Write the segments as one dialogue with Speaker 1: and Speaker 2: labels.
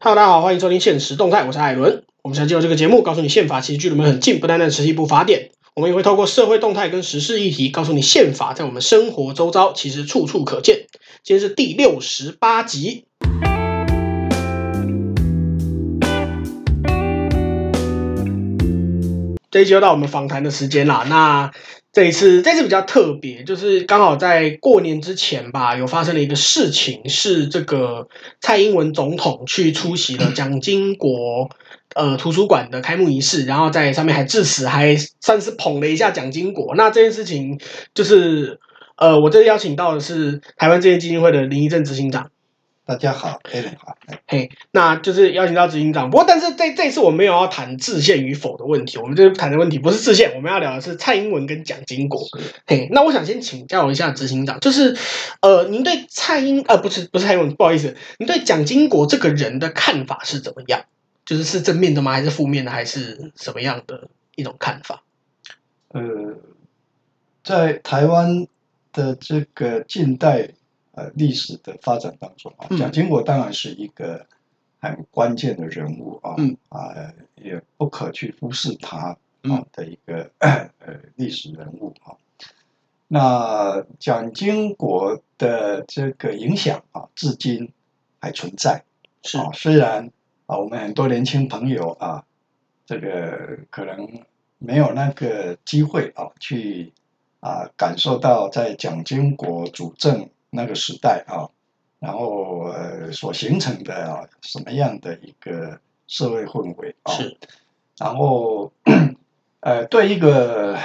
Speaker 1: Hello，大家好，欢迎收听《现实动态》，我是艾伦。我们想借由这个节目，告诉你宪法其实距离我们很近，不单单只是一部法典。我们也会透过社会动态跟时事议题，告诉你宪法在我们生活周遭其实处处可见。今天是第六十八集。这一集又到我们访谈的时间啦。那这一次，这次比较特别，就是刚好在过年之前吧，有发生了一个事情，是这个蔡英文总统去出席了蒋经国呃图书馆的开幕仪式，然后在上面还致辞，还算是捧了一下蒋经国。那这件事情就是呃，我这次邀请到的是台湾这些基金会的林一正执行长。
Speaker 2: 大家好 a l 好。哎
Speaker 1: 嘿，那就是邀请到执行长。不过，但是这这次我们没有要谈制宪与否的问题，我们这次谈的问题不是制宪，我们要聊的是蔡英文跟蒋经国。嘿，那我想先请教一下执行长，就是，呃，您对蔡英呃不是不是蔡英文，不好意思，您对蒋经国这个人的看法是怎么样？就是是正面的吗？还是负面的？还是什么样的一种看法？
Speaker 2: 呃，在台湾的这个近代呃历史的发展当中啊
Speaker 1: 嗯，
Speaker 2: 蒋经国当然是一个很关键的人物啊，
Speaker 1: 嗯
Speaker 2: 啊、也不可去忽视他啊
Speaker 1: 嗯
Speaker 2: 的一个呃历史人物啊。那蒋经国的这个影响啊，至今还存在。
Speaker 1: 是
Speaker 2: 啊，虽然啊，我们很多年轻朋友啊，这个可能没有那个机会啊，去啊感受到在蒋经国主政那个时代啊，然后呃所形成的啊什么样的一个社会氛围啊，
Speaker 1: 是，
Speaker 2: 然后 呃对一个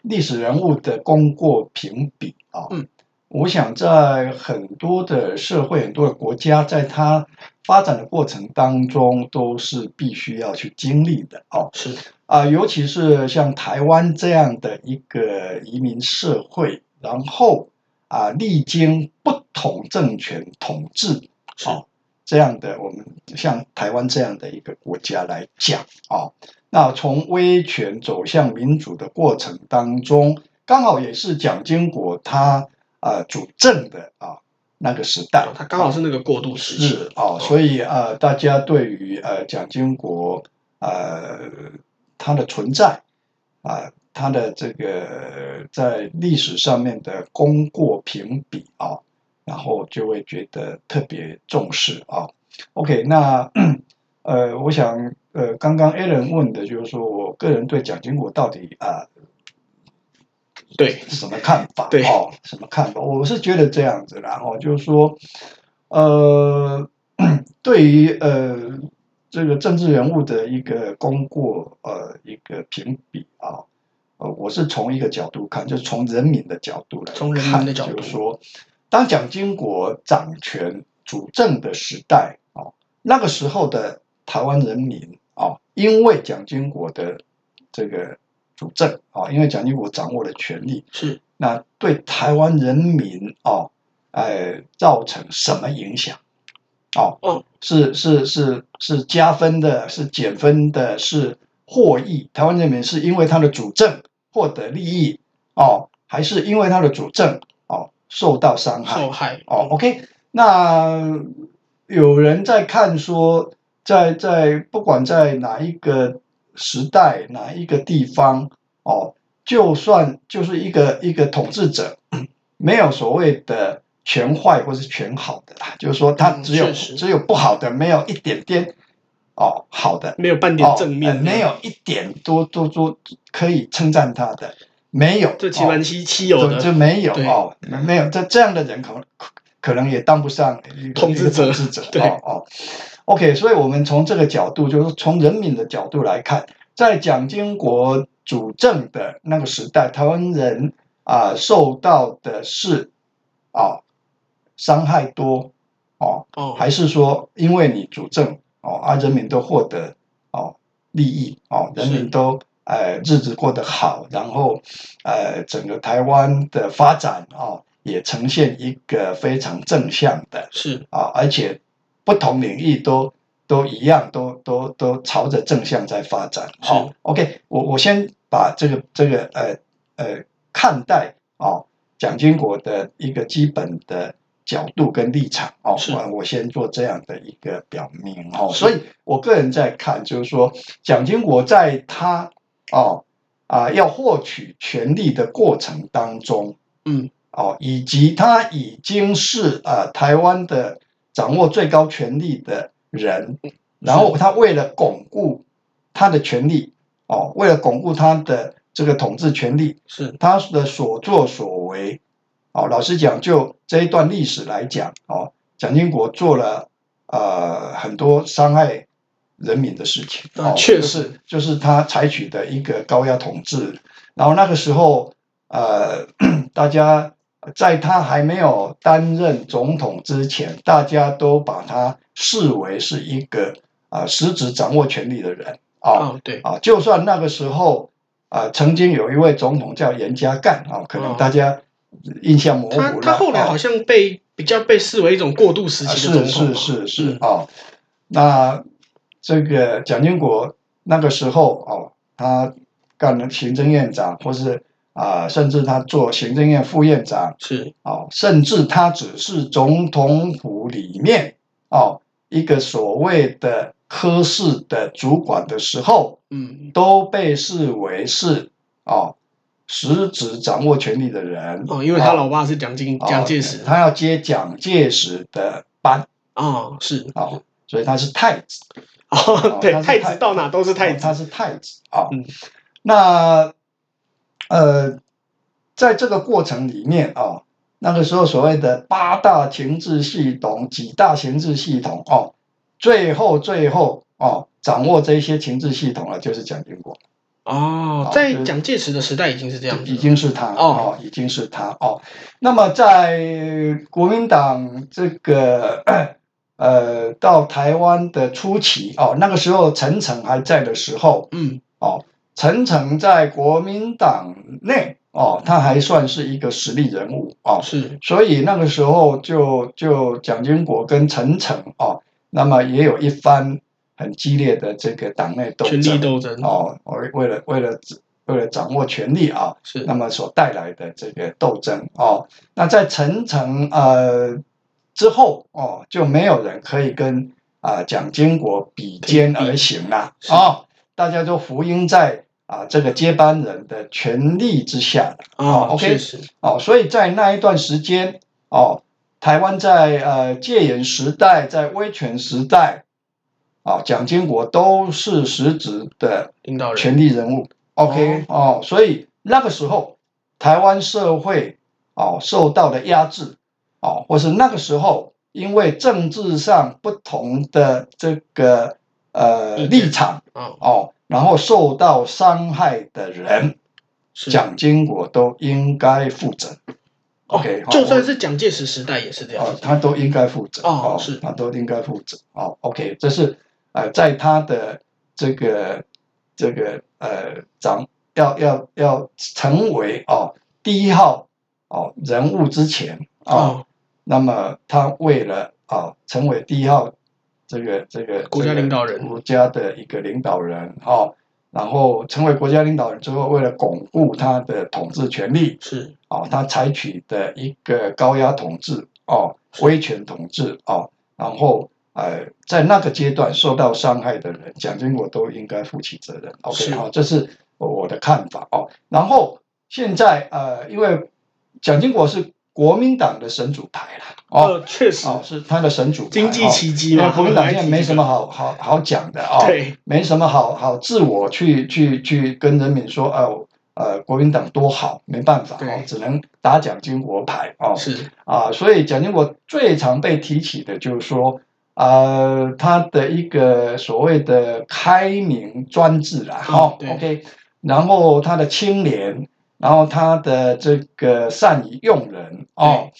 Speaker 2: 历史人物的功过评比啊，
Speaker 1: 嗯
Speaker 2: 我想在很多的社会、很多的国家，在它发展的过程当中，都是必须要去经历的哦
Speaker 1: 是
Speaker 2: 啊、尤其是像台湾这样的一个移民社会，然后啊、历经不同政权统治
Speaker 1: 是
Speaker 2: 哦，这样的我们像台湾这样的一个国家来讲啊、哦，那从威权走向民主的过程当中，刚好也是蒋经国他啊、呃主政的啊、那个时代，
Speaker 1: 哦他刚好是那个过渡时期
Speaker 2: 是哦，所以呃，大家对于呃蒋经国呃他的存在啊、他的这个在历史上面的功过评比啊、然后就会觉得特别重视啊、OK，那呃，我想呃，刚刚 Alan 问的就是说我个人对蒋经国到底啊、
Speaker 1: 对，
Speaker 2: 什么看法？
Speaker 1: 对
Speaker 2: 哦，什么看法？我是觉得这样子啦，然后就是说，呃， 对于呃这个政治人物的一个功过，呃，一个评比啊，呃，我是从一个角度看，就是从人民的角度来看，
Speaker 1: 从人民的角度
Speaker 2: 就是说，当蒋经国掌权主政的时代哦，那个时候的台湾人民哦，因为蒋经国的这个主政哦，因为蒋经国掌握了权力，
Speaker 1: 是
Speaker 2: 那对台湾人民哦，呃，造成什么影响？哦，
Speaker 1: 嗯
Speaker 2: 是是是是加分的，是减分的，是获益。台湾人民是因为他的主政获得利益哦，还是因为他的主政哦受到伤害？
Speaker 1: 受害
Speaker 2: 哦，OK，那有人在看说，在在不管在哪一个时代、哪一个地方，哦，就算就是一个一个统治者，没有所谓的全坏或是全好的啦，就是说他
Speaker 1: 嗯
Speaker 2: 只有、
Speaker 1: 确实
Speaker 2: 只有不好的，没有一点点哦好的，
Speaker 1: 没有半点
Speaker 2: 哦
Speaker 1: 正面
Speaker 2: 呃
Speaker 1: 的，
Speaker 2: 没有一点多多多可以称赞他的，没有，
Speaker 1: 这齐
Speaker 2: 哦
Speaker 1: 完西七有
Speaker 2: 这这
Speaker 1: 的，
Speaker 2: 没有
Speaker 1: 对
Speaker 2: 哦，没有这这样的人可能可可能也当 不上一个
Speaker 1: 统治者
Speaker 2: 一个统治者
Speaker 1: 对
Speaker 2: 哦哦。OK，所以我们从这个角度，就是从人民的角度来看，在蒋经国主政的那个时代，台湾人啊、受到的是啊、伤害多哦，
Speaker 1: 哦，
Speaker 2: 还是说因为你主政哦，啊人民都获得哦利益哦，人
Speaker 1: 是
Speaker 2: 民都呃日子过得好，然后呃整个台湾的发展哦也呈现一个非常正向的
Speaker 1: 是
Speaker 2: 啊、而且不同领域都都一样，都都都朝着正向在发展。好、
Speaker 1: 是
Speaker 2: o k 我我先把这个这个呃呃看待哦，蒋经国的一个基本的角度跟立场哦
Speaker 1: 是，
Speaker 2: 我我先做这样的一个表明哦，
Speaker 1: 是
Speaker 2: 所以我个人在看，就是说蒋经国在他哦啊、要获取权力的过程当中，
Speaker 1: 嗯，
Speaker 2: 哦，以及他已经是呃台湾的掌握最高权力的人，然后他为了巩固他的权力哦，为了巩固他的这个统治权力，
Speaker 1: 是
Speaker 2: 他的所作所为，哦，老实讲，就这一段历史来讲，哦，蒋经国做了呃很多伤害人民的事情，
Speaker 1: 啊
Speaker 2: 哦，
Speaker 1: 确
Speaker 2: 就
Speaker 1: 实
Speaker 2: 是就是他采取的一个高压统治，然后那个时候，呃，大家在他还没有担任总统之前，大家都把他视为是一个啊、呃实质掌握权力的人，哦，
Speaker 1: 哦，对，
Speaker 2: 啊，就算那个时候啊、呃曾经有一位总统叫严家淦啊、可能大家印象模糊
Speaker 1: 他
Speaker 2: 了。
Speaker 1: 哦他后来
Speaker 2: 哦
Speaker 1: 好像被比较被视为一种过渡时期的总统
Speaker 2: 啊、是
Speaker 1: 嘛，
Speaker 2: 是是是
Speaker 1: 嗯
Speaker 2: 哦，那这个蒋经国那个时候哦，他干了行政院长，或是啊、甚至他做行政院副院长，
Speaker 1: 是
Speaker 2: 哦，甚至他只是总统府里面哦一个所谓的科室的主管的时候，
Speaker 1: 嗯
Speaker 2: 都被视为是哦实质掌握权力的人。
Speaker 1: 哦，因为他
Speaker 2: 哦
Speaker 1: 老爸是蒋经
Speaker 2: 哦
Speaker 1: 蒋介石
Speaker 2: 他要接蒋介石的班
Speaker 1: 啊，是
Speaker 2: 哦，所以他是太子。
Speaker 1: 哦，对
Speaker 2: 他，是
Speaker 1: 太子到哪都是太
Speaker 2: 哦他
Speaker 1: 子，
Speaker 2: 是太子啊、哦
Speaker 1: 嗯
Speaker 2: 那呃，在这个过程里面啊、哦，那个时候所谓的八大情治系统、几大情治系统哦，最后最后哦，掌握这些情治系统了，就是蒋经国，
Speaker 1: 哦
Speaker 2: 哦，
Speaker 1: 在
Speaker 2: 就是
Speaker 1: 蒋介石的时代已经是这样子了，
Speaker 2: 已经是他
Speaker 1: 哦
Speaker 2: 哦已经是他哦。那么在国民党这个。 呃，到台湾的初期哦，那个时候陈诚还在的时候，
Speaker 1: 嗯
Speaker 2: 哦，陈诚在国民党内哦，他还算是一个实力人物哦，
Speaker 1: 是
Speaker 2: 所以那个时候就就蒋经国跟陈诚哦，那么也有一番很激烈的这个党内斗
Speaker 1: 权力
Speaker 2: 争
Speaker 1: 斗争
Speaker 2: 哦，为为了为了为了掌握权力啊、
Speaker 1: 是
Speaker 2: 那么所带来的这个斗争哦，那在陈诚呃之后哦，就没有人可以跟啊、蒋经国比肩而行啦
Speaker 1: 是
Speaker 2: 哦，大家都福音在啊、这个接班人的权力之下
Speaker 1: 啊
Speaker 2: 哦，OK
Speaker 1: 确实
Speaker 2: 哦，所以在那一段时间哦，台湾在呃戒严时代，在威权时代，啊、蒋经国都是实质的
Speaker 1: 领导人
Speaker 2: 权力人物。OK，哦所以那个时候台湾社会哦受到了压制，哦，或是那个时候因为政治上不同的这个呃
Speaker 1: 意见
Speaker 2: 立场
Speaker 1: 啊
Speaker 2: 哦，然后受到伤害的人，
Speaker 1: 是
Speaker 2: 蒋经国都应该负责。
Speaker 1: 哦
Speaker 2: OK，好
Speaker 1: 就算是蒋介石时代也是这样
Speaker 2: 哦
Speaker 1: 子，，
Speaker 2: 他都应该负责
Speaker 1: 哦是
Speaker 2: 他都应该负责哦。OK，这是呃，在他的这个这个呃长要要要成为哦第一号哦人物之前哦，
Speaker 1: 哦，
Speaker 2: 那么他为了哦成为第一号这个这个
Speaker 1: 国家
Speaker 2: 这个
Speaker 1: 领导人
Speaker 2: 国家的一个领导人哦，然后成为国家领导人之后，为了巩固他的统治权力，
Speaker 1: 是
Speaker 2: 哦，他采取的一个高压统治哦，威权统治哦，然后呃，在那个阶段受到伤害的人，蒋经国都应该负起责任。OK，
Speaker 1: 是
Speaker 2: 好、这是我的看法哦。然后现在呃，因为蒋经国是国民党的神主牌啦，哦，
Speaker 1: 呃确实
Speaker 2: 哦，是他的神主牌，
Speaker 1: 经济
Speaker 2: 哦
Speaker 1: 奇迹
Speaker 2: 因为
Speaker 1: 嘛，
Speaker 2: 国民党现在没什么
Speaker 1: 好
Speaker 2: 好好好讲的哦，
Speaker 1: 对
Speaker 2: 没什么好好自我去去去跟人民说，哦，呃，国民党多好，没办法
Speaker 1: 对
Speaker 2: 哦，只能打蒋经国牌哦
Speaker 1: 是
Speaker 2: 啊，所以蒋经国最常被提起的就是说，呃，他的一个所谓的开明专制啦，
Speaker 1: 嗯
Speaker 2: 哈、
Speaker 1: 对
Speaker 2: o k 然后他的清廉，然后他的这个善于用人哦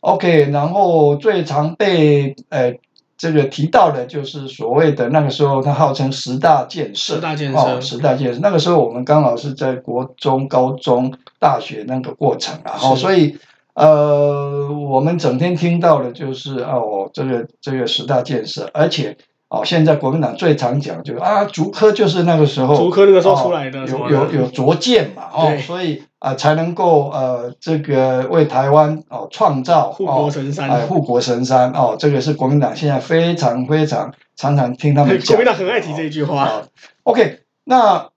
Speaker 2: ，OK，然后最常被呃这个提到的就是所谓的那个时候他号称十大建设，
Speaker 1: 十大建
Speaker 2: 哦，
Speaker 1: 设
Speaker 2: 十大建设。那个时候我们刚好是在国中、高中、大学那个过程啊，然后
Speaker 1: 是
Speaker 2: 所以呃，我们整天听到的就是哦，这个这个十大建设，而且哦，现在国民党最常讲就是啊，竹科就是那个时候
Speaker 1: 竹科那个时候出来的
Speaker 2: 哦
Speaker 1: 什么
Speaker 2: 有
Speaker 1: 的
Speaker 2: 有有拙见嘛，哦
Speaker 1: 对，
Speaker 2: 所以啊、才能够呃这个为台湾哦创造
Speaker 1: 护
Speaker 2: 哦
Speaker 1: 国神山。
Speaker 2: 哎护国神山哦，这个是国民党现在非常非常常常听他们 讲。
Speaker 1: 国民党很爱提这一句话。
Speaker 2: 啊 OK，那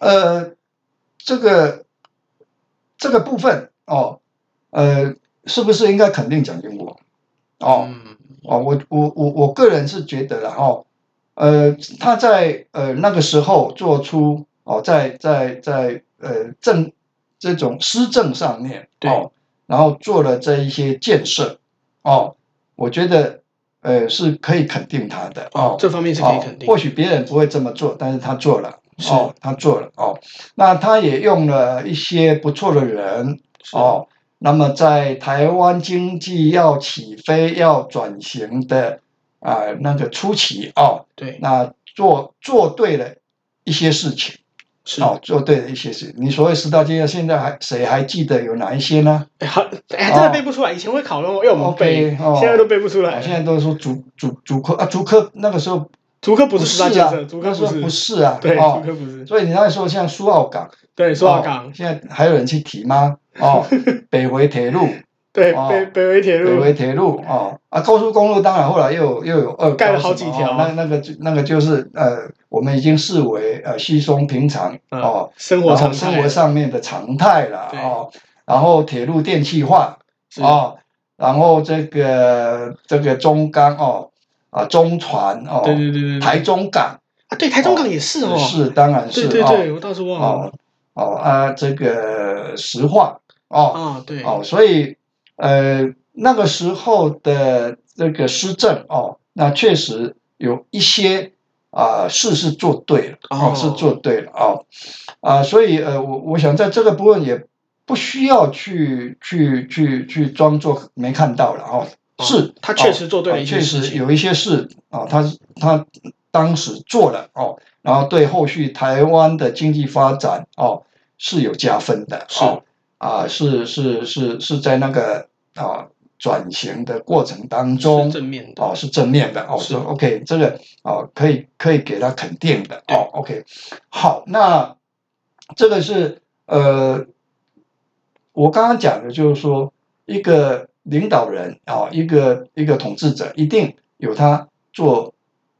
Speaker 2: 呃，这个这个部分哦，呃，是不是应该肯定蒋经国？哦
Speaker 1: 嗯，
Speaker 2: 哦，我我我我个人是觉得啦，哦，呃，他在呃那个时候做出哦，在在在呃政这种施政上面
Speaker 1: 对
Speaker 2: 哦，然后做了这一些建设哦，我觉得呃是可以肯定他的哦
Speaker 1: 这方面是可以肯定
Speaker 2: 哦。。或许别人不会这么做，但是他做了，
Speaker 1: 是
Speaker 2: 哦，他做了哦。那他也用了一些不错的人
Speaker 1: 是，
Speaker 2: 哦。那么在台湾经济要起飞、要转型的啊、那个初期哦，
Speaker 1: 对，
Speaker 2: 那做做对了一些事情
Speaker 1: 是。
Speaker 2: 哦，做对了一些事。你所谓十大建设，现在还谁还记得有哪一些呢？
Speaker 1: 哎，好，哎，真的
Speaker 2: 哦
Speaker 1: 背不出来。以前会考，因为我们
Speaker 2: OK，
Speaker 1: 背，
Speaker 2: 哦
Speaker 1: 现在都背不出
Speaker 2: 哦
Speaker 1: 来。
Speaker 2: 现在都说竹竹竹科啊，竹科那个时候
Speaker 1: 竹科不是十
Speaker 2: 是
Speaker 1: 大建
Speaker 2: 啊
Speaker 1: 设，，竹
Speaker 2: 那
Speaker 1: 科
Speaker 2: 时候
Speaker 1: 是，
Speaker 2: 不是啊，
Speaker 1: 对，
Speaker 2: 哦
Speaker 1: 竹，科不是。
Speaker 2: 所以你那时候像苏澳港，
Speaker 1: 对，苏澳港
Speaker 2: 哦，现在还有人去提吗？哦， 北回铁路、
Speaker 1: 对，
Speaker 2: 哦
Speaker 1: 北北回铁
Speaker 2: 北
Speaker 1: 路
Speaker 2: 回铁路哦啊，高速公路当然后来又有又有二高
Speaker 1: 盖了好
Speaker 2: 什么
Speaker 1: 几条
Speaker 2: 哦那那个就那个就是呃，我们已经视为呃稀松平常
Speaker 1: 嗯
Speaker 2: 哦，
Speaker 1: 生活
Speaker 2: 然后
Speaker 1: 常
Speaker 2: 生
Speaker 1: 态啊
Speaker 2: 活上面的常态了
Speaker 1: 对
Speaker 2: 哦，然后铁路电气化
Speaker 1: 是
Speaker 2: 哦，然后这个这个中钢哦啊中船哦，
Speaker 1: 对对对对，对
Speaker 2: 台中港
Speaker 1: 啊，对，台中港也是哦，
Speaker 2: 是当然是
Speaker 1: 对对
Speaker 2: 哦
Speaker 1: 对，我倒是忘了
Speaker 2: 哦哦啊，这个石化哦
Speaker 1: 啊，对，
Speaker 2: 哦，所以呃那个时候的这个施政哦，那确实有一些啊、事是做对了
Speaker 1: 哦
Speaker 2: 是做对了哦啊、所以呃我我想在这个部分也不需要去去去去装作没看到了哦，
Speaker 1: 哦
Speaker 2: 是
Speaker 1: 他确
Speaker 2: 哦
Speaker 1: 实做对了
Speaker 2: 哦
Speaker 1: 一些
Speaker 2: 确
Speaker 1: 事
Speaker 2: 实
Speaker 1: 情，
Speaker 2: 有一些事啊、哦，他他当时做了哦，然后对后续台湾的经济发展哦是有加分的，
Speaker 1: 是
Speaker 2: 哦啊，是是是是在那个啊转型的过程当中
Speaker 1: 是正面的，
Speaker 2: 哦是正面的哦，
Speaker 1: 是
Speaker 2: 说 OK 这个哦可以可以给他肯定的
Speaker 1: 对
Speaker 2: 哦 OK 好，那这个是呃我刚刚讲的就是说一个领导人啊、哦，一个一个统治者一定有他做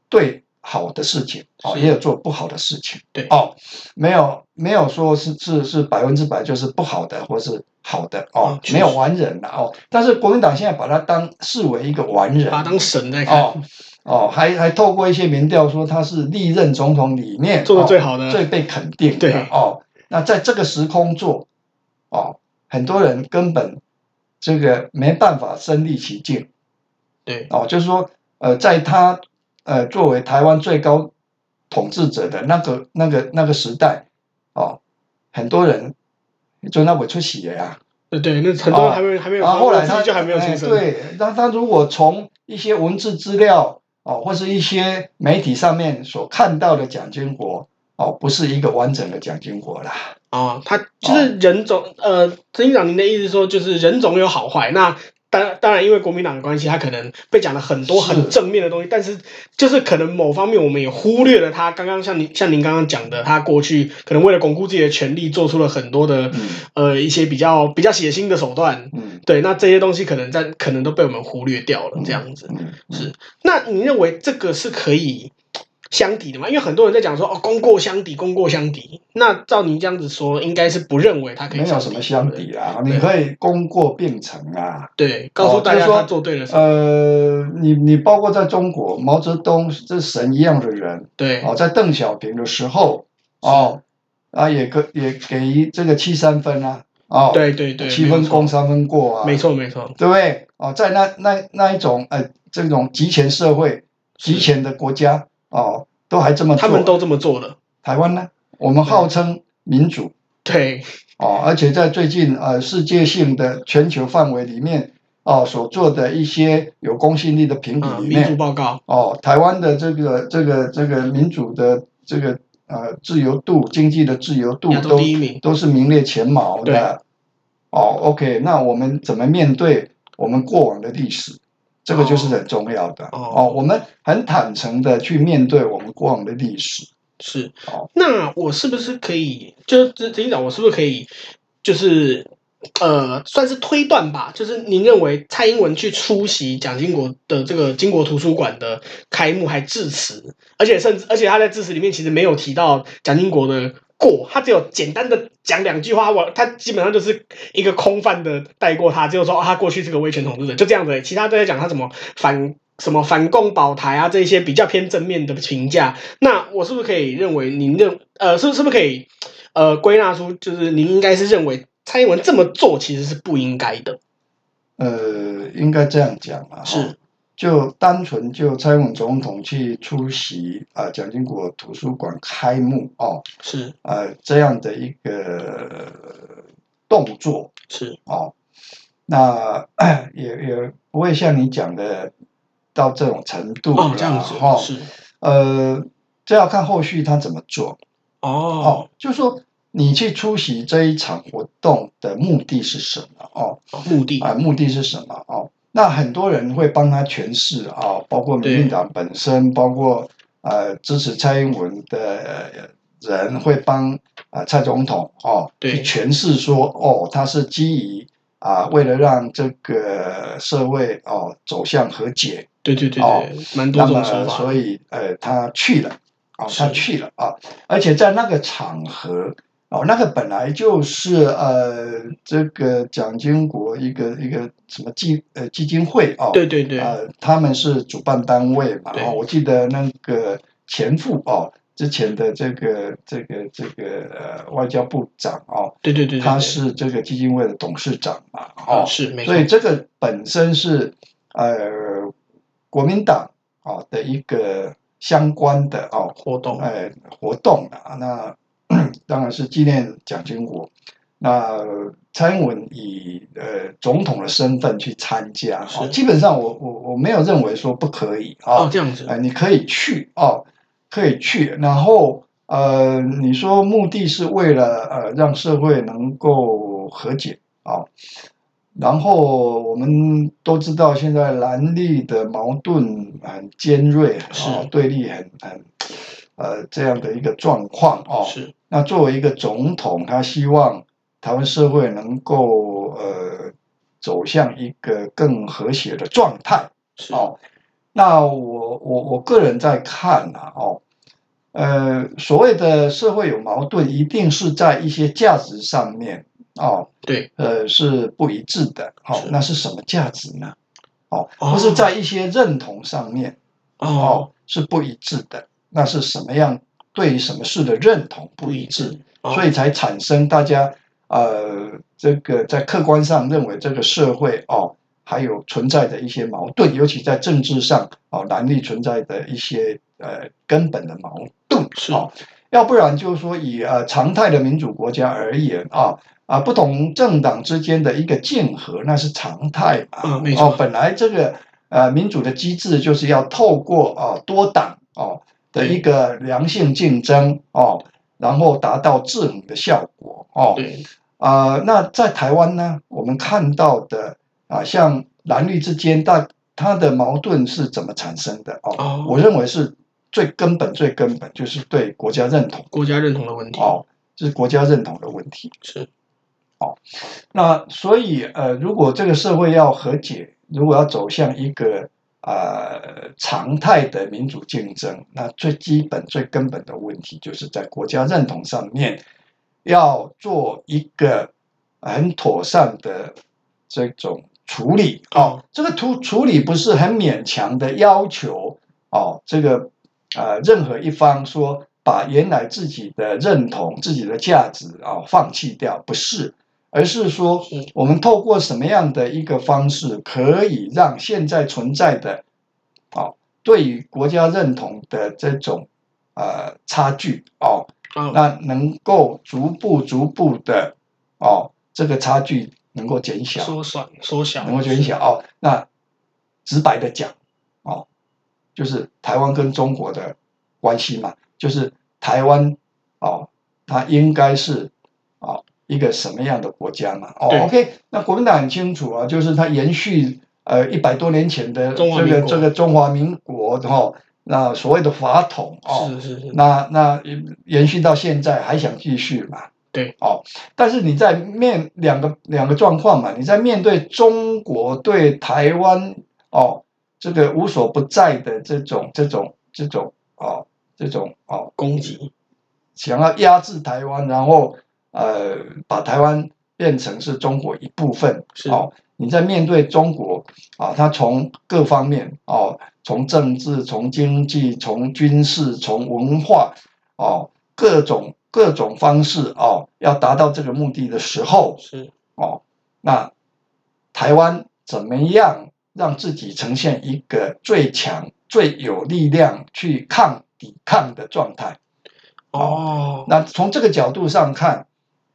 Speaker 2: 对好的事情哦，
Speaker 1: 是
Speaker 2: 也有做不好的事情
Speaker 1: 对
Speaker 2: 哦，没有没有说是是是百分之百就是不好的或是好的哦
Speaker 1: 嗯，确实
Speaker 2: 没有完人了哦，但是国民党现在把他当视为一个完人
Speaker 1: 把他当神在看，
Speaker 2: 哦哦，还还透过一些民调说他是历任总统里面
Speaker 1: 做的最
Speaker 2: 哦
Speaker 1: 好的
Speaker 2: 最被肯定的
Speaker 1: 对
Speaker 2: 哦。那在这个时空做哦，很多人根本这个没办法身历其境
Speaker 1: 对，
Speaker 2: 哦，就是说呃，在他呃作为台湾最高统治者的那个那个那个时代哦，很多人就那我出啊席了呀、
Speaker 1: 对对，那很多人
Speaker 2: 哦
Speaker 1: 还没有还没有，
Speaker 2: 然后后来
Speaker 1: 自
Speaker 2: 他
Speaker 1: 己就还没有出生，
Speaker 2: 哎对，那他如果从一些文字资料哦，或是一些媒体上面所看到的蒋经国哦，不是一个完整的蒋经国啦。
Speaker 1: 啊，他就是人总呃，陈局长您的意思说就是人总有好坏，那当当然因为国民党的关系，他可能被讲了很多
Speaker 2: 是
Speaker 1: 很正面的东西，但是就是可能某方面我们也忽略了他刚刚像您像您刚刚讲的，他过去可能为了巩固自己的权利，做出了很多的、
Speaker 2: 嗯
Speaker 1: 呃一些比较比较血腥的手段。
Speaker 2: 嗯，
Speaker 1: 对，那这些东西可能在可能都被我们忽略掉了，这样子。
Speaker 2: 嗯
Speaker 1: 是，那你认为这个是可以相抵的吗？因为很多人在讲说哦，功过相抵，功过相抵。那照您这样子说，应该是不认为他可以
Speaker 2: 没有什么相
Speaker 1: 对不对。
Speaker 2: 比啦，
Speaker 1: 对
Speaker 2: 你可以功过并成啊。
Speaker 1: 对，告诉
Speaker 2: 哦
Speaker 1: 大家
Speaker 2: 就是说
Speaker 1: 他做对了什么。
Speaker 2: 呃，你你包括在中国，毛泽东这神一样的人
Speaker 1: 对，
Speaker 2: 哦，在邓小平的时候哦，啊也可也给这个七三分啊，哦，
Speaker 1: 对对对，
Speaker 2: 七
Speaker 1: 没有
Speaker 2: 分
Speaker 1: 错
Speaker 2: 功三分过啊，
Speaker 1: 没错没错，
Speaker 2: 对不对？哦，在那那那一种呃这种集权社会、
Speaker 1: 是
Speaker 2: 集权的国家哦，都还这么做。
Speaker 1: 他们都这么做的。
Speaker 2: 台湾呢？我们
Speaker 1: 对
Speaker 2: 号称民主
Speaker 1: 对，啊
Speaker 2: 哦，而且在最近呃世界性的全球范围里面哦所做的一些有公信力的评
Speaker 1: 啊、
Speaker 2: 比里
Speaker 1: 民
Speaker 2: 面
Speaker 1: 主报告
Speaker 2: 哦，台湾的这个这个这个民主的这个呃自由度、经济的自由度
Speaker 1: 亚洲
Speaker 2: 都
Speaker 1: 第一名。
Speaker 2: 都是名列前茅
Speaker 1: 对
Speaker 2: 的。哦，OK，那我们怎么面对我们过往的历史？这个就是很重要的。
Speaker 1: 哦
Speaker 2: 我们很坦诚的去面对我们过往的历史。
Speaker 1: 是
Speaker 2: 哦，
Speaker 1: 那我是不是可以，就是执执行长，我是不是可以就是呃，算是推断吧，就是您认为蔡英文去出席蒋经国的这个经国图书馆的开幕还致辞，而且甚至而且他在致辞里面其实没有提到蒋经国的。过，他只有简单的讲两句话，我他基本上就是一个空泛的带过他，只有说、啊、他过去是个威权统治者，就这样子而已。其他都在讲他怎么反什么反共保台啊这一些比较偏正面的评价。那我是不是可以认为您认呃是是不是可以呃归纳出就是您应该是认为蔡英文这么做其实是不应该的？
Speaker 2: 呃，应该这样讲啊，
Speaker 1: 是
Speaker 2: 就单纯就蔡英文总统去出席啊、呃蒋经国图书馆开幕哦，
Speaker 1: 是
Speaker 2: 呃这样的一个动作
Speaker 1: 是
Speaker 2: 哦，那 也也不会像你讲的到这种程度
Speaker 1: 哦
Speaker 2: 啦
Speaker 1: 这样子
Speaker 2: 哦，
Speaker 1: 是
Speaker 2: 呃，这要看后续他怎么做
Speaker 1: 哦
Speaker 2: 哦，就说你去出席这一场活动的目的是什么哦。
Speaker 1: 目的
Speaker 2: 啊，目的是什么哦？那很多人会帮他诠释啊，包括民进党本身，包括呃支持蔡英文的呃人会帮啊、呃蔡总统哦
Speaker 1: 对
Speaker 2: 去诠释说哦，他是基于啊、为了让这个社会哦走向和解，
Speaker 1: 对对对
Speaker 2: 哦
Speaker 1: 对，蛮多
Speaker 2: 那
Speaker 1: 种
Speaker 2: 么
Speaker 1: 说法
Speaker 2: 所以呃他去了啊、哦，
Speaker 1: 是
Speaker 2: 他去了啊，而且在那个场合哦，那个本来就是呃，这个蒋经国一个一个什么基呃基金会哦，
Speaker 1: 对对对
Speaker 2: 呃，他们是主办单位嘛，
Speaker 1: 对
Speaker 2: 哦，我记得那个前副哦，之前的这个这个这个呃外交部长哦，
Speaker 1: 对对对对，
Speaker 2: 他
Speaker 1: 对
Speaker 2: 是这个基金会的董事长嘛，
Speaker 1: 啊
Speaker 2: 哦，
Speaker 1: 是没错
Speaker 2: 所以这个本身是呃国民党哦的一个相关的哦
Speaker 1: 活动
Speaker 2: 哎活动啊，那 当然是纪念蒋经国。那蔡英文以呃总统的身份去参加
Speaker 1: 是
Speaker 2: 哦，基本上我我我没有认为说不可以啊、
Speaker 1: 哦这样子
Speaker 2: 呃，你可以去哦，可以去。然后呃，你说目的是为了呃让社会能够和解哦。然后我们都知道，现在蓝绿的矛盾很尖锐，哦
Speaker 1: 是，
Speaker 2: 对立很很，呃，这样的一个状况哦。
Speaker 1: 是
Speaker 2: 那作为一个总统，他希望台湾社会能够呃走向一个更和谐的状态
Speaker 1: 是
Speaker 2: 哦。那我我我个人在看啊哦，呃，所谓的社会有矛盾，一定是在一些价值上面哦，
Speaker 1: 对
Speaker 2: 呃是不一致的。好、
Speaker 1: 是
Speaker 2: 那是什么价值呢？哦，
Speaker 1: 哦
Speaker 2: 或是在一些认同上面
Speaker 1: 哦
Speaker 2: 是不一致的。那是什么样对什么事的认同不一致？
Speaker 1: 哦
Speaker 2: 所以才产生大家呃这个在客观上认为这个社会哦还有存在的一些矛盾，尤其在政治上哦难力存在的一些呃根本的矛盾
Speaker 1: 是
Speaker 2: 哦，要不然就是说以呃常态的民主国家而言啊。啊，不同政党之间的一个竞合，那是常态嘛。
Speaker 1: 嗯没错
Speaker 2: 哦，本来这个呃民主的机制就是要透过哦多党哦的一个良性竞争哦，然后达到制衡的效果哦。
Speaker 1: 对
Speaker 2: 啊，那在台湾呢，我们看到的啊、像蓝绿之间，大它的矛盾是怎么产生的哦？
Speaker 1: 哦
Speaker 2: 我认为是最根本、最根本就是对国家认同
Speaker 1: 国家认同的问题
Speaker 2: 哦，就是国家认同的问题。
Speaker 1: 是
Speaker 2: 那所以呃，如果这个社会要和解，如果要走向一个呃常态的民主竞争，那最基本、最根本的问题就是在国家认同上面要做一个很妥善的这种处理哦。这个处处理不是很勉强的要求哦，这个呃任何一方说。把原来自己的认同、自己的价值啊、哦放弃掉，不是，而是说
Speaker 1: 是
Speaker 2: 我们透过什么样的一个方式，可以让现在存在的，哦，对于国家认同的这种呃差距哦，
Speaker 1: 哦
Speaker 2: 那能够逐步逐步的哦，这个差距能够减小，
Speaker 1: 缩小缩小
Speaker 2: 能够减小哦。那直白的讲，哦，就是台湾跟中国的关系嘛，就是台湾哦，它应该是哦一个什么样的国家嘛？哦
Speaker 1: 对
Speaker 2: ，OK，那国民党很清楚啊，就是它延续呃一百多年前的这
Speaker 1: 中华民
Speaker 2: 个
Speaker 1: 国
Speaker 2: 这个中华民国然后、那所谓的法统哦，
Speaker 1: 是是是
Speaker 2: 那那延续到现在还想继续嘛？
Speaker 1: 对，
Speaker 2: 哦，但是你在面两个两个状况嘛，你在面对中国对台湾哦这个无所不在的这种这种这种哦这种哦
Speaker 1: 攻击，
Speaker 2: 想要压制台湾，然后呃把台湾变成是中国一部分
Speaker 1: 是
Speaker 2: 哦。你在面对中国啊，它从各方面哦，从政治、从经济、从军事、从文化哦，各种各种方式哦，要达到这个目的的时候
Speaker 1: 是
Speaker 2: 哦，那台湾怎么样让自己呈现一个最强、最有力量去抗抵抗的状态？
Speaker 1: 哦，
Speaker 2: 那从这个角度上看，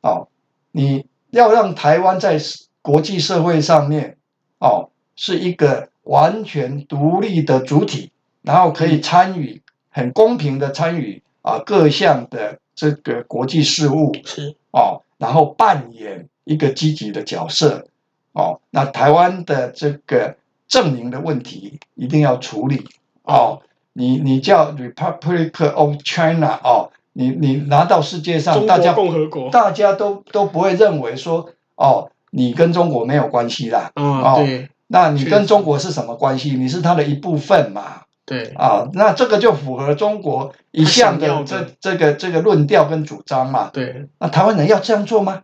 Speaker 2: 哦，你要让台湾在国际社会上面，哦，是一个完全独立的主体，然后可以参与很公平的参与啊各项的这个国际事务
Speaker 1: 是
Speaker 2: 哦，然后扮演一个积极的角色哦。那台湾的这个证明的问题一定要处理哦。你你叫 Republic of China 哦，你你拿到世界上
Speaker 1: 中
Speaker 2: 大
Speaker 1: 国
Speaker 2: 家
Speaker 1: 共和国，
Speaker 2: 大家都都不会认为说哦，你跟中国没有关系啦。
Speaker 1: 啊，
Speaker 2: 哦
Speaker 1: 对
Speaker 2: 那你
Speaker 1: 确
Speaker 2: 跟
Speaker 1: 实
Speaker 2: 中国是什么关系？你是它的一部分嘛？
Speaker 1: 对，
Speaker 2: 啊，那这个就符合中国一向
Speaker 1: 他想要
Speaker 2: 的
Speaker 1: 的
Speaker 2: 这这个这个论调跟主张嘛。
Speaker 1: 对，
Speaker 2: 那台湾人要这样做吗？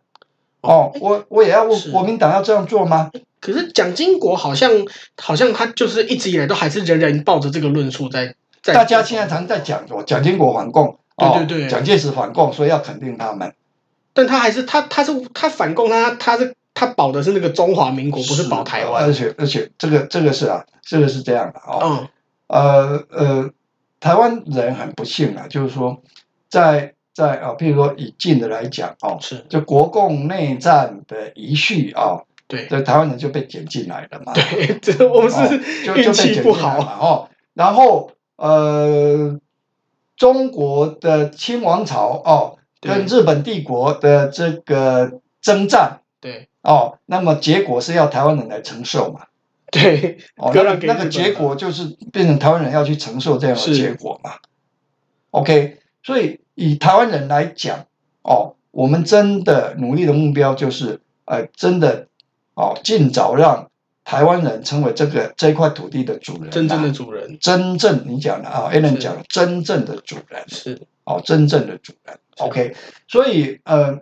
Speaker 2: 哦，我我也要问
Speaker 1: 是
Speaker 2: 国民党要这样做吗？
Speaker 1: 可是蒋经国好像好像他就是一直以来都还是仍然抱着这个论述在在。
Speaker 2: 大家现在常在讲我蒋经国反共，哦、
Speaker 1: 对对对
Speaker 2: 蒋介石反共，所以要肯定他们。
Speaker 1: 但他还是他他是他反共他他是他保的是那个中华民国，不是保台湾
Speaker 2: 而。且而且这个这个是啊，这个是这样的哦，
Speaker 1: 嗯，
Speaker 2: 呃呃，台湾人很不幸啊，就是说在在啊、譬如说以近的来讲哦，
Speaker 1: 是
Speaker 2: 就国共内战的遗绪啊，
Speaker 1: 对
Speaker 2: 这台湾人就被捡进来了嘛，
Speaker 1: 对， 这我们
Speaker 2: 哦
Speaker 1: 是
Speaker 2: 就
Speaker 1: 运
Speaker 2: 就被
Speaker 1: 气
Speaker 2: 剪
Speaker 1: 不
Speaker 2: 进来
Speaker 1: 好。
Speaker 2: 嘛哦。然后呃，中国的清王朝哦，
Speaker 1: 对
Speaker 2: 跟日本帝国的这个征战
Speaker 1: 对
Speaker 2: 哦，那么结果是要台湾人来承受嘛。
Speaker 1: 对
Speaker 2: 哦，
Speaker 1: 割
Speaker 2: 那
Speaker 1: 让
Speaker 2: 个
Speaker 1: 给
Speaker 2: 那
Speaker 1: 日
Speaker 2: 个
Speaker 1: 本
Speaker 2: 结
Speaker 1: 嘛
Speaker 2: 果就是变成台湾人要去承受这样的
Speaker 1: 是
Speaker 2: 结果嘛。OK，所以以台湾人来讲，哦，我们真的努力的目标就是，呃，真的，哦，尽早让台湾人成为这个这块土地的主人、啊
Speaker 1: 真正的。主人
Speaker 2: 真正你讲的啊、a l a n 讲的真正的主人
Speaker 1: 是
Speaker 2: 哦，真正的主人。
Speaker 1: 是
Speaker 2: OK，所以呃，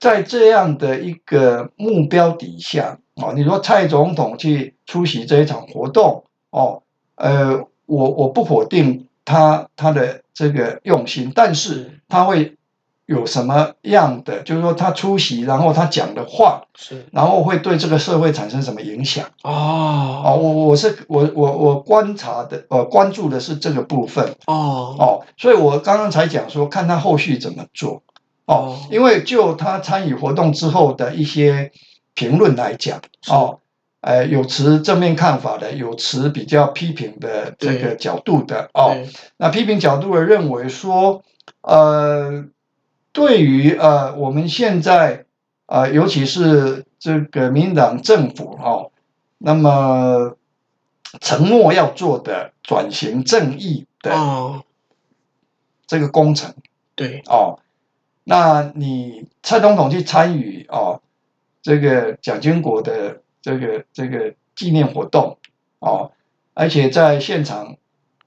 Speaker 2: 在这样的一个目标底下，哦，你说蔡总统去出席这一场活动，哦，呃，我我不否定他他的这个用心，但是他会有什么样的，就是说他出席，然后他讲的话，
Speaker 1: 是
Speaker 2: 然后会对这个社会产生什么影响？
Speaker 1: 哦
Speaker 2: 哦，我我是我我我观察的，呃，关注的是这个部分。
Speaker 1: 哦
Speaker 2: 哦，所以我刚刚才讲说，看他后续怎么做。哦
Speaker 1: 哦，
Speaker 2: 因为就他参与活动之后的一些评论来讲，
Speaker 1: 是
Speaker 2: 哦，呃，有持正面看法的，有持比较批评的这个角度的。哦，
Speaker 1: 对
Speaker 2: 那批评角度的认为说，呃，对于呃我们现在呃，尤其是这个民进党政府哦，那么承诺要做的转型正义的。
Speaker 1: 哦
Speaker 2: 这个工程
Speaker 1: 对
Speaker 2: 哦。那你蔡总统去参与哦，这个蒋经国的这个这个纪念活动哦，而且在现场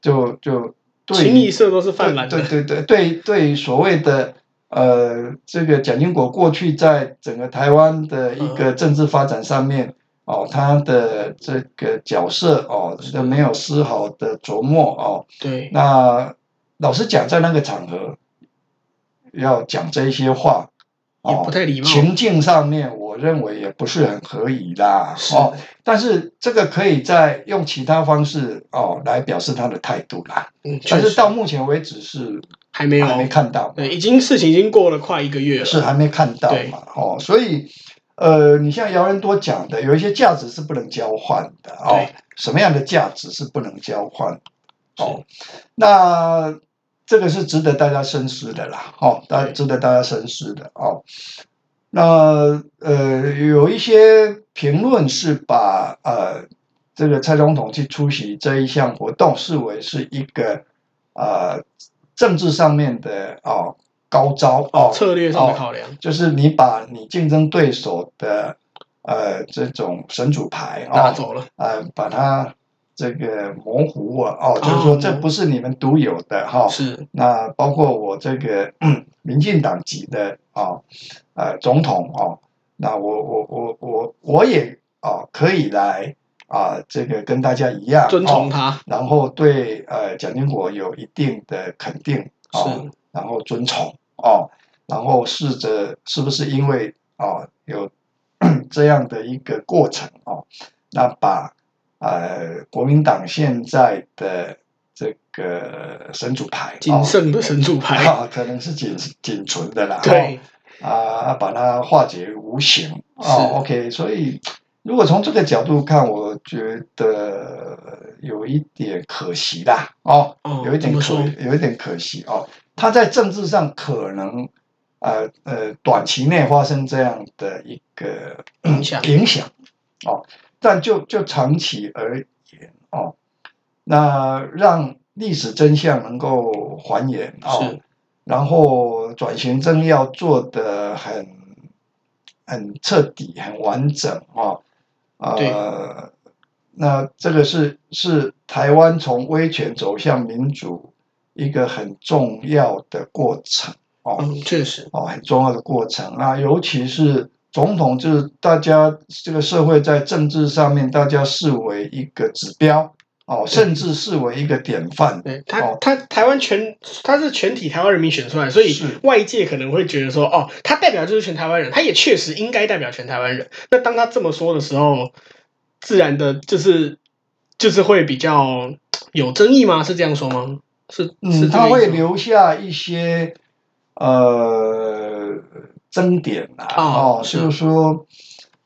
Speaker 2: 就就对
Speaker 1: 清一色都是泛蓝
Speaker 2: 对
Speaker 1: 的
Speaker 2: 对对对对，所谓的呃，这个蒋经国过去在整个台湾的一个政治发展上面，哦，他的这个角色哦，这没有丝毫的琢磨哦，
Speaker 1: 对
Speaker 2: 那老实讲，在那个场合要讲这些话，
Speaker 1: 也不
Speaker 2: 哦，
Speaker 1: 太礼貌
Speaker 2: 情境上面，我认为也不是很合宜啦。
Speaker 1: 是
Speaker 2: 哦，但是这个可以再用其他方式哦来表示他的态度啦。
Speaker 1: 嗯确
Speaker 2: 但是
Speaker 1: 实
Speaker 2: 到目前为止是
Speaker 1: 还没有
Speaker 2: 还没看到嘛，
Speaker 1: 对已经事情已经过了快一个月了
Speaker 2: 是还没看到
Speaker 1: 对
Speaker 2: 嘛。哦，所以呃，你像姚仁多讲的，有一些价值是不能交换的哦
Speaker 1: 对。
Speaker 2: 什么样的价值是不能交换？哦
Speaker 1: 是，
Speaker 2: 那这个是值得大家深思的啦，哦，大
Speaker 1: 对
Speaker 2: 值得大家深思的哦。那呃，有一些评论是把呃这个蔡总统去出席这一项活动视为是一个呃政治上面的哦高招哦，
Speaker 1: 策略上的考量。
Speaker 2: 就是你把你竞争对手的呃这种神主牌
Speaker 1: 拿
Speaker 2: 哦，
Speaker 1: 走了，
Speaker 2: 呃把它这个模糊啊哦，
Speaker 1: 哦
Speaker 2: 就是说这不是你们独有的哈、
Speaker 1: 是
Speaker 2: 那包括我这个嗯民进党籍的啊呃总统哦，那我我我我我也啊可以来啊这个跟大家一样
Speaker 1: 遵从
Speaker 2: 哦，
Speaker 1: 他，
Speaker 2: 然后对呃蒋经国有一定的肯定哦，
Speaker 1: 是
Speaker 2: 然后遵从哦，然后试着是不是因为哦有 这样的一个过程哦，那把呃国民党现在的这个神主牌
Speaker 1: 谨慎的神主牌，
Speaker 2: 哦，可能是仅仅存的啦，
Speaker 1: 对，
Speaker 2: 哦啊，把它化解无形
Speaker 1: 是
Speaker 2: 哦，OK，所以。如果从这个角度看，我觉得有一点可惜啦，哦，
Speaker 1: 哦，
Speaker 2: 有一
Speaker 1: 怎
Speaker 2: 点
Speaker 1: 么
Speaker 2: 可
Speaker 1: 说？
Speaker 2: 有一点可惜哦。他在政治上可能呃呃短期内发生这样的一个
Speaker 1: 影响
Speaker 2: 影响哦，但就就长期而言哦，那让历史真相能够还原哦
Speaker 1: 是，
Speaker 2: 然后转型正要做的很很彻底、很完整哦，呃。那这个是是台湾从威权走向民主一个很重要的过程哦
Speaker 1: 嗯，确实
Speaker 2: 哦，很重要的过程啊，尤其是总统，就是大家这个社会在政治上面，大家视为一个指标哦，甚至视为一个典范。
Speaker 1: 对他，
Speaker 2: 哦
Speaker 1: 他台湾全他是全体台湾人民选出来，所以
Speaker 2: 是
Speaker 1: 外界可能会觉得说，哦，他代表就是全台湾人，他也确实应该代表全台湾人。那当他这么说的时候，自然的就是就是会比较有争议吗？是这样说吗？是是
Speaker 2: 嗯，
Speaker 1: 这个
Speaker 2: 他
Speaker 1: 意
Speaker 2: 会
Speaker 1: 思吗
Speaker 2: 留下一些呃争点啦、
Speaker 1: 哦
Speaker 2: 哦，
Speaker 1: 是
Speaker 2: 就是说，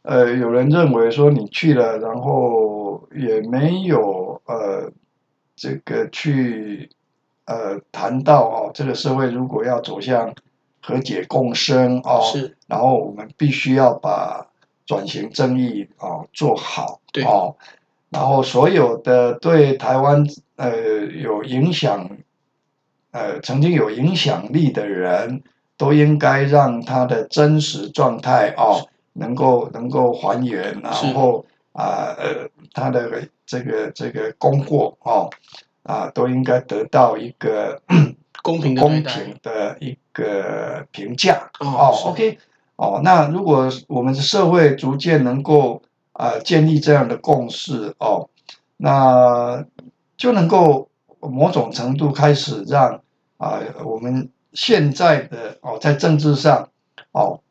Speaker 2: 呃，有人认为说你去了，然后也没有呃这个去呃谈到哦，这个社会如果要走向和解共生哦，
Speaker 1: 是
Speaker 2: 然后我们必须要把转型正义哦做好，
Speaker 1: 对
Speaker 2: 哦，然后所有的对台湾呃有影响，呃曾经有影响力的人，都应该让他的真实状态哦能够能够还原，然
Speaker 1: 是
Speaker 2: 后啊呃他的这个这个功过哦啊都应该得到一个
Speaker 1: 公平的对
Speaker 2: 公
Speaker 1: 待
Speaker 2: 平的一个评价。
Speaker 1: 哦
Speaker 2: 哦
Speaker 1: 是
Speaker 2: ，OK，哦，那如果我们的社会逐渐能够呃建立这样的共识哦，那就能够某种程度开始让啊、我们现在的哦在政治上哦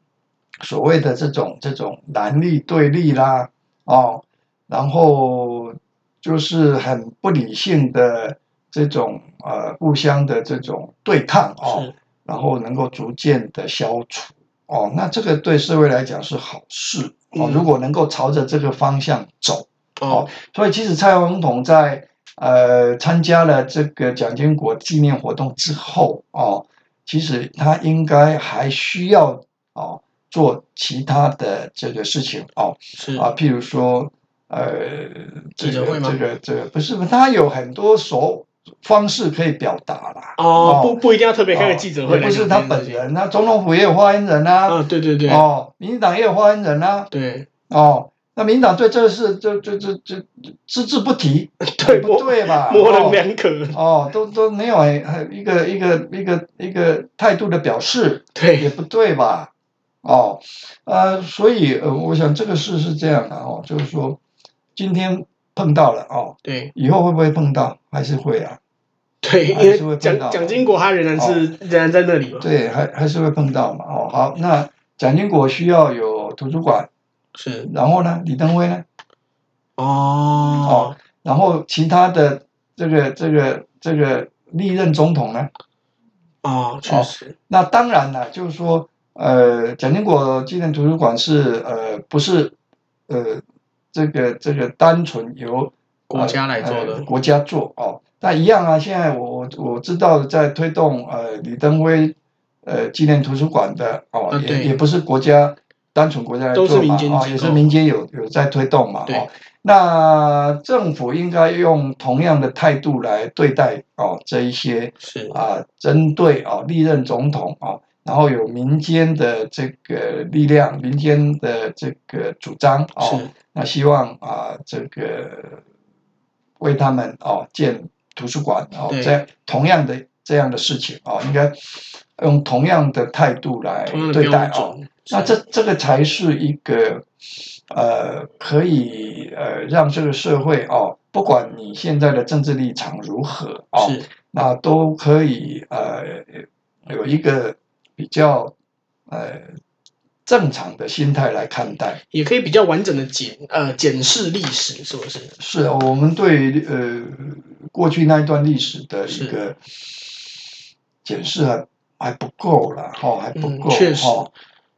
Speaker 2: 所谓的这种这种蓝绿对立啦哦，然后就是很不理性的这种呃互相的这种对抗哦。
Speaker 1: 是
Speaker 2: 然后能够逐渐的消除。哦，那这个对社会来讲是好事哦
Speaker 1: 嗯，
Speaker 2: 如果能够朝着这个方向走，
Speaker 1: 哦
Speaker 2: 所以其实蔡总统在呃参加了这个蒋经国纪念活动之后哦，其实他应该还需要哦做其他的这个事情哦，
Speaker 1: 是
Speaker 2: 啊，譬如说，呃，这
Speaker 1: 记者
Speaker 2: 个
Speaker 1: 会吗
Speaker 2: 这个这个不是，他有很多手方式可以表达啦。
Speaker 1: 哦不不一定要特别开个
Speaker 2: 哦
Speaker 1: 记者会
Speaker 2: 也
Speaker 1: 来
Speaker 2: 不是
Speaker 1: 讲
Speaker 2: 他
Speaker 1: 这件
Speaker 2: 本
Speaker 1: 事情
Speaker 2: 人啊，总统府也有发言人啊，
Speaker 1: 啊对对对
Speaker 2: 哦，民进党也有发言人啊，
Speaker 1: 对
Speaker 2: 哦，那民进党对这个事就就就就只字不提，
Speaker 1: 对
Speaker 2: 哦不
Speaker 1: 模
Speaker 2: 对啊吧？
Speaker 1: 模棱两可
Speaker 2: 哦，哦，都都没有呃一个一个一个一个态度的表示，也
Speaker 1: 对
Speaker 2: 不对吧？哦，呃，所以呃，我想这个事是这样的哦，就是说今天碰到了哦，
Speaker 1: 对
Speaker 2: 以后会不会碰到？还是会啊，
Speaker 1: 对，因
Speaker 2: 还是
Speaker 1: 为
Speaker 2: 会
Speaker 1: 蒋
Speaker 2: 碰到
Speaker 1: 蒋经国他仍然是仍然在那里 嘛，
Speaker 2: 哦对，还还是会碰到嘛。哦，好，那蒋经国需要有图书馆，
Speaker 1: 是
Speaker 2: 然后呢，李登辉呢，
Speaker 1: 哦
Speaker 2: 然后其他的这个这个这个历任总统呢，
Speaker 1: 哦，确实
Speaker 2: 那当然了，就是说，呃，蒋经国纪念图书馆是呃不是呃这个这个单纯由
Speaker 1: 国家来
Speaker 2: 呃
Speaker 1: 做
Speaker 2: 呃
Speaker 1: 的
Speaker 2: 国家做哦。那一样啊，现在我我知道在推动呃李登辉呃纪念图书馆的哦，
Speaker 1: 啊对
Speaker 2: 也也不是国家单纯国家来
Speaker 1: 都是
Speaker 2: 做
Speaker 1: 民
Speaker 2: 嘛
Speaker 1: 间
Speaker 2: 哦，
Speaker 1: 机
Speaker 2: 也是
Speaker 1: 构
Speaker 2: 民间有有在推动嘛
Speaker 1: 对
Speaker 2: 哦。那政府应该用同样的态度来对待哦这一些
Speaker 1: 是
Speaker 2: 啊，针对哦历任总统哦，然后有民间的这个力量、民间的这个主张哦，
Speaker 1: 是
Speaker 2: 那希望啊这个为他们哦建图书馆哦，
Speaker 1: 对
Speaker 2: 这样同样的这样的事情哦，应该用同样的态度来
Speaker 1: 同样的
Speaker 2: 对待
Speaker 1: 标
Speaker 2: 哦。
Speaker 1: 准。
Speaker 2: 那
Speaker 1: 是
Speaker 2: 这这个才是一个呃，可以呃让这个社会哦，不管你现在的政治立场如何哦，
Speaker 1: 是
Speaker 2: 那都可以呃有一个比较呃正常的心态来看待。
Speaker 1: 也可以比较完整的检呃检视历史，是不是？
Speaker 2: 是哦我们对呃过去那一段历史的一
Speaker 1: 是
Speaker 2: 个检视还还不够啦，哈、还不
Speaker 1: 嗯
Speaker 2: 够
Speaker 1: 确实
Speaker 2: 哈。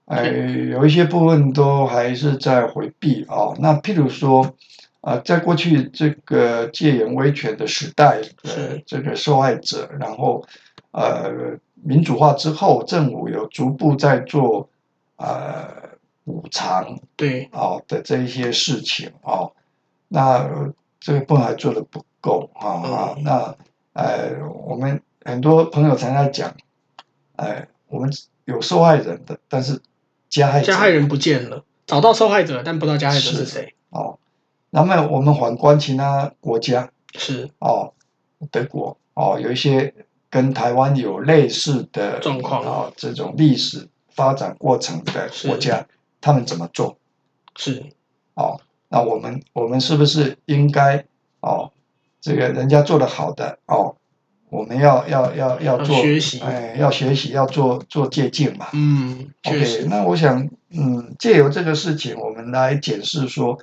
Speaker 2: 哎、有一些部分都还是在回避哦。那譬如说，呃，在过去这个戒严威权的时代，呃
Speaker 1: 是，
Speaker 2: 这个受害者，然后呃，民主化之后，政府有逐步在做呃补偿，
Speaker 1: 对，
Speaker 2: 哦的这一些事情哦，那呃这个部分还做的不够啊、啊
Speaker 1: 嗯
Speaker 2: 那呃，我们很多朋友常在讲，呃，我们有受害人的，但是加害者
Speaker 1: 加害人不见了，找到受害者了，但不知道加害者是
Speaker 2: 是
Speaker 1: 谁。
Speaker 2: 哦，那么我们反观其他国家
Speaker 1: 是
Speaker 2: 哦，德国哦，有一些跟台湾有类似的
Speaker 1: 状况
Speaker 2: 哦，这种历史发展过程的国
Speaker 1: 是
Speaker 2: 家，他们怎么做？
Speaker 1: 是
Speaker 2: 哦，那我们我们是不是应该哦，这个人家做的好的哦，我们要要要要
Speaker 1: 要
Speaker 2: 做
Speaker 1: 学习
Speaker 2: 哎，要学习，要做做借鉴嘛。
Speaker 1: 嗯，确
Speaker 2: OK，
Speaker 1: 实
Speaker 2: 那我想，嗯，借由这个事情，我们来检视说，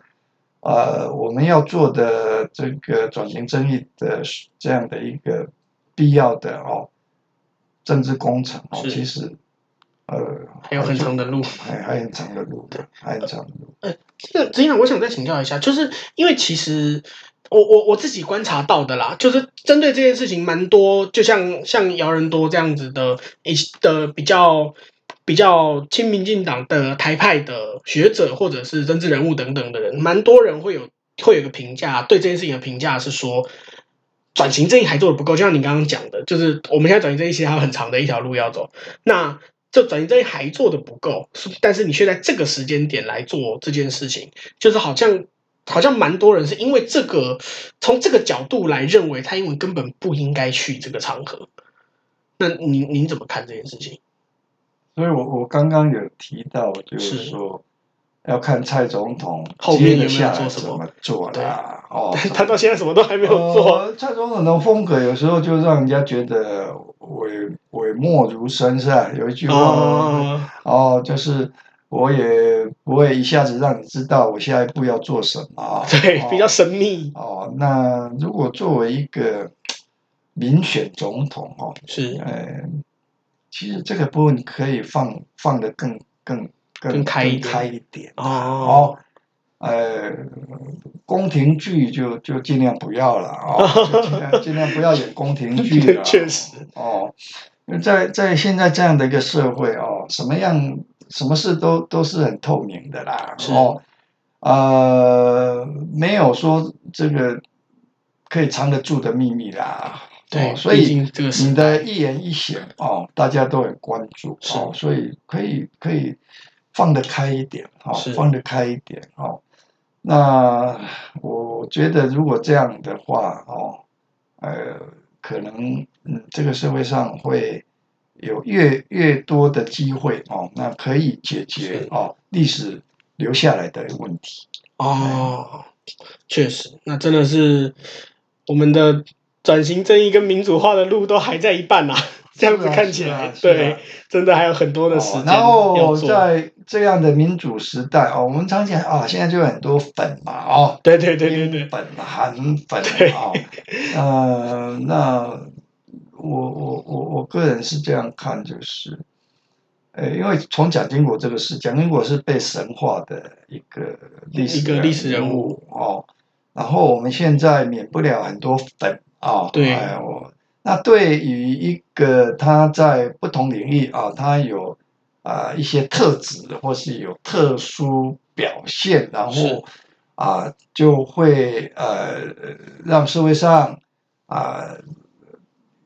Speaker 2: 呃，我们要做的这个转型正义的这样的一个必要的哦政治工程哦，
Speaker 1: 是
Speaker 2: 其实呃
Speaker 1: 还有很长的路。
Speaker 2: 还还很长的路的，还很长的路。
Speaker 1: 这个，这样我想再请教一下，就是因为其实我我我自己观察到的啦，就是针对这件事情，蛮多就像像姚人多这样子的一的比较比较亲民进党的台派的学者或者是政治人物等等的人，蛮多人会有会有一个评价，对这件事情的评价是说。转型正义还做的不够，就像你刚刚讲的，就是我们现在转型正义其实还有很长的一条路要走。那这转型正义还做的不够，是但是你却在这个时间点来做这件事情，就是好像好像蛮多人是因为这个从这个角度来认为蔡英文根本不应该去这个场合。那您您怎么看这件事情？
Speaker 2: 所以我我刚刚有提到，就是
Speaker 1: 是
Speaker 2: 说要看蔡总统
Speaker 1: 后
Speaker 2: 接
Speaker 1: 面
Speaker 2: 着
Speaker 1: 有没有
Speaker 2: 下来
Speaker 1: 做什
Speaker 2: 怎
Speaker 1: 么，
Speaker 2: 么做啦。哦
Speaker 1: 他到现在什么都还没
Speaker 2: 没
Speaker 1: 有做，
Speaker 2: 蔡总统的风格有时候就让人家觉得讳讳莫如深，是吧？有一句话哦
Speaker 1: 啊，
Speaker 2: 就是我也不会一下子让你知道我下一步要做什么啊。
Speaker 1: 对，
Speaker 2: 哦
Speaker 1: 比较神秘，
Speaker 2: 哦。那如果作为一个民选总统哦，
Speaker 1: 是
Speaker 2: 呃，其实这个部分可以放放得更更更
Speaker 1: 更开一点
Speaker 2: 开一点
Speaker 1: 哦，
Speaker 2: 呃，宫廷剧就就尽量不要了哦，就尽量尽量不要演宫廷 剧了。
Speaker 1: 确实
Speaker 2: 啊哦，因为在在现在这样的一个社会哦，什么样什么事都都是很透明的啦。
Speaker 1: 是
Speaker 2: 哦，呃，没有说这个可以藏得住的秘密啦。
Speaker 1: 对，
Speaker 2: 哦所以
Speaker 1: 毕竟这个时
Speaker 2: 你
Speaker 1: 代
Speaker 2: 的一言一行哦，大家都很关注
Speaker 1: 是
Speaker 2: 哦，所以可以可以放得开一点哦
Speaker 1: 是，
Speaker 2: 放得开一点哦。那我觉得如果这样的话哦，呃，可能嗯，这个社会上会有越越多的机会哦，那可以解决
Speaker 1: 是
Speaker 2: 哦历史留下来的问题。
Speaker 1: 哦，确实，那真的是我们的转型正义跟民主化的路都还在一半啦、这样子
Speaker 2: 是啊
Speaker 1: 看起
Speaker 2: 是啊
Speaker 1: 来，
Speaker 2: 是啊
Speaker 1: 对，真的还有很多的时
Speaker 2: 哦
Speaker 1: 间、、
Speaker 2: 然
Speaker 1: 要
Speaker 2: 后
Speaker 1: 做。
Speaker 2: 在这样的民主时代哦，我们常讲啊，现在就有很多粉嘛哦，
Speaker 1: 对对对对对
Speaker 2: 英，粉、韩粉
Speaker 1: 对
Speaker 2: 哦，呃，那我我我我个人是这样看，就是，呃，因为从蒋经国这个事，蒋经国是被神化的一个历史
Speaker 1: 一个历史人物
Speaker 2: 哦，然后我们现在免不了很多粉啊、哦，
Speaker 1: 对
Speaker 2: 哎我那对于一个他在不同领域啊、他有啊、一些特质或是有特殊表现，然
Speaker 1: 是
Speaker 2: 后。啊，就会呃让社会上啊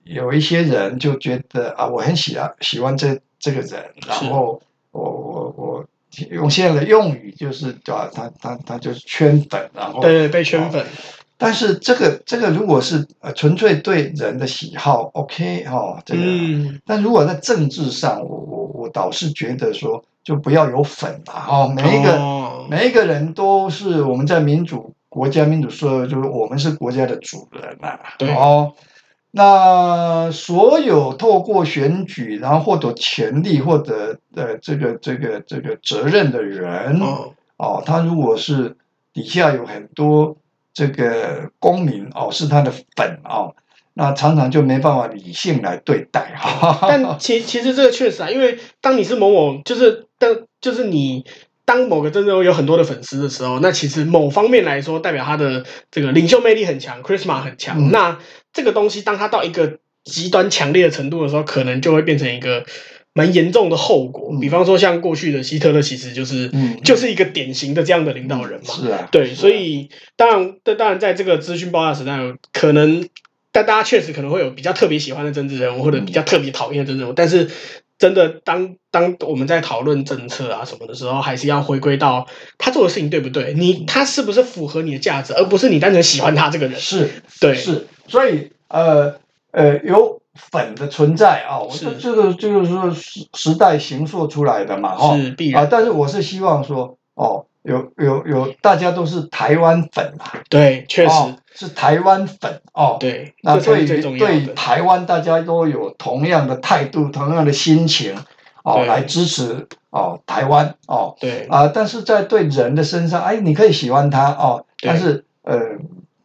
Speaker 2: 有一些人就觉得啊，我很喜欢喜欢这这个人，然后我我我用现在的用语就是啊，他他他就是圈粉，然后
Speaker 1: 对对，被
Speaker 2: 哦
Speaker 1: 圈粉，
Speaker 2: 但是这个这个如果是呃纯粹对人的喜好，OK 哦，这个。
Speaker 1: 嗯，
Speaker 2: 但如果在政治上，我我我倒是觉得说，就不要有粉啦，哦，每一个、
Speaker 1: 哦
Speaker 2: 每一个人都是我们在民主国家、民主社会，就是我们是国家的主人呐、
Speaker 1: 对
Speaker 2: 哦，那所有透过选举然后获得权利或者呃这个这个这个责任的人，
Speaker 1: 哦，
Speaker 2: 哦，他如果是底下有很多这个公民哦，是他的粉哦，那常常就没办法理性来对待哈、 哈
Speaker 1: 但其其实这个确实啊，因为当你是某某，就是当就是你当某个真正有很多的粉丝的时候，那其实某方面来说，代表他的这个领袖魅力很强，charisma 很强。
Speaker 2: 嗯
Speaker 1: 那这个东西，当他到一个极端强烈的程度的时候，可能就会变成一个蛮严重的后果。
Speaker 2: 嗯
Speaker 1: 比方说，像过去的希特勒，其实就是、
Speaker 2: 嗯
Speaker 1: 就是一个典型的这样的领导人嘛。
Speaker 2: 是啊，
Speaker 1: 对，
Speaker 2: 是啊
Speaker 1: 所以当然，但当然，在这个资讯爆炸时代，可能但大家确实可能会有比较特别喜欢的政治人物，或者比
Speaker 2: 嗯
Speaker 1: 较特别讨厌的政治人物，但是真的当当我们在讨论政策啊什么的时候，还是要回归到他做的事情对不对，
Speaker 2: 嗯
Speaker 1: 你他是不是符合你的价值，而不是你单纯喜欢他这个人。
Speaker 2: 是，
Speaker 1: 对
Speaker 2: 是，所以呃呃有粉的存在啊、我
Speaker 1: 是
Speaker 2: 这这个这个是时时代形塑出来的嘛哈、
Speaker 1: 是必
Speaker 2: 啊，
Speaker 1: 然，
Speaker 2: 但是我是希望说哦。有有有，大家都是台湾粉啊，
Speaker 1: 对，确实，
Speaker 2: 哦、是台湾粉哦，
Speaker 1: 对，
Speaker 2: 那
Speaker 1: 这才
Speaker 2: 对
Speaker 1: 是
Speaker 2: 于
Speaker 1: 最重要
Speaker 2: 对于
Speaker 1: 的。
Speaker 2: 台湾，大家都有同样的态度、同样的心情哦，
Speaker 1: 对
Speaker 2: 来支持哦台湾哦
Speaker 1: 对，
Speaker 2: 啊、但是在对人的身上，哎，你可以喜欢他哦，
Speaker 1: 对
Speaker 2: 但是呃，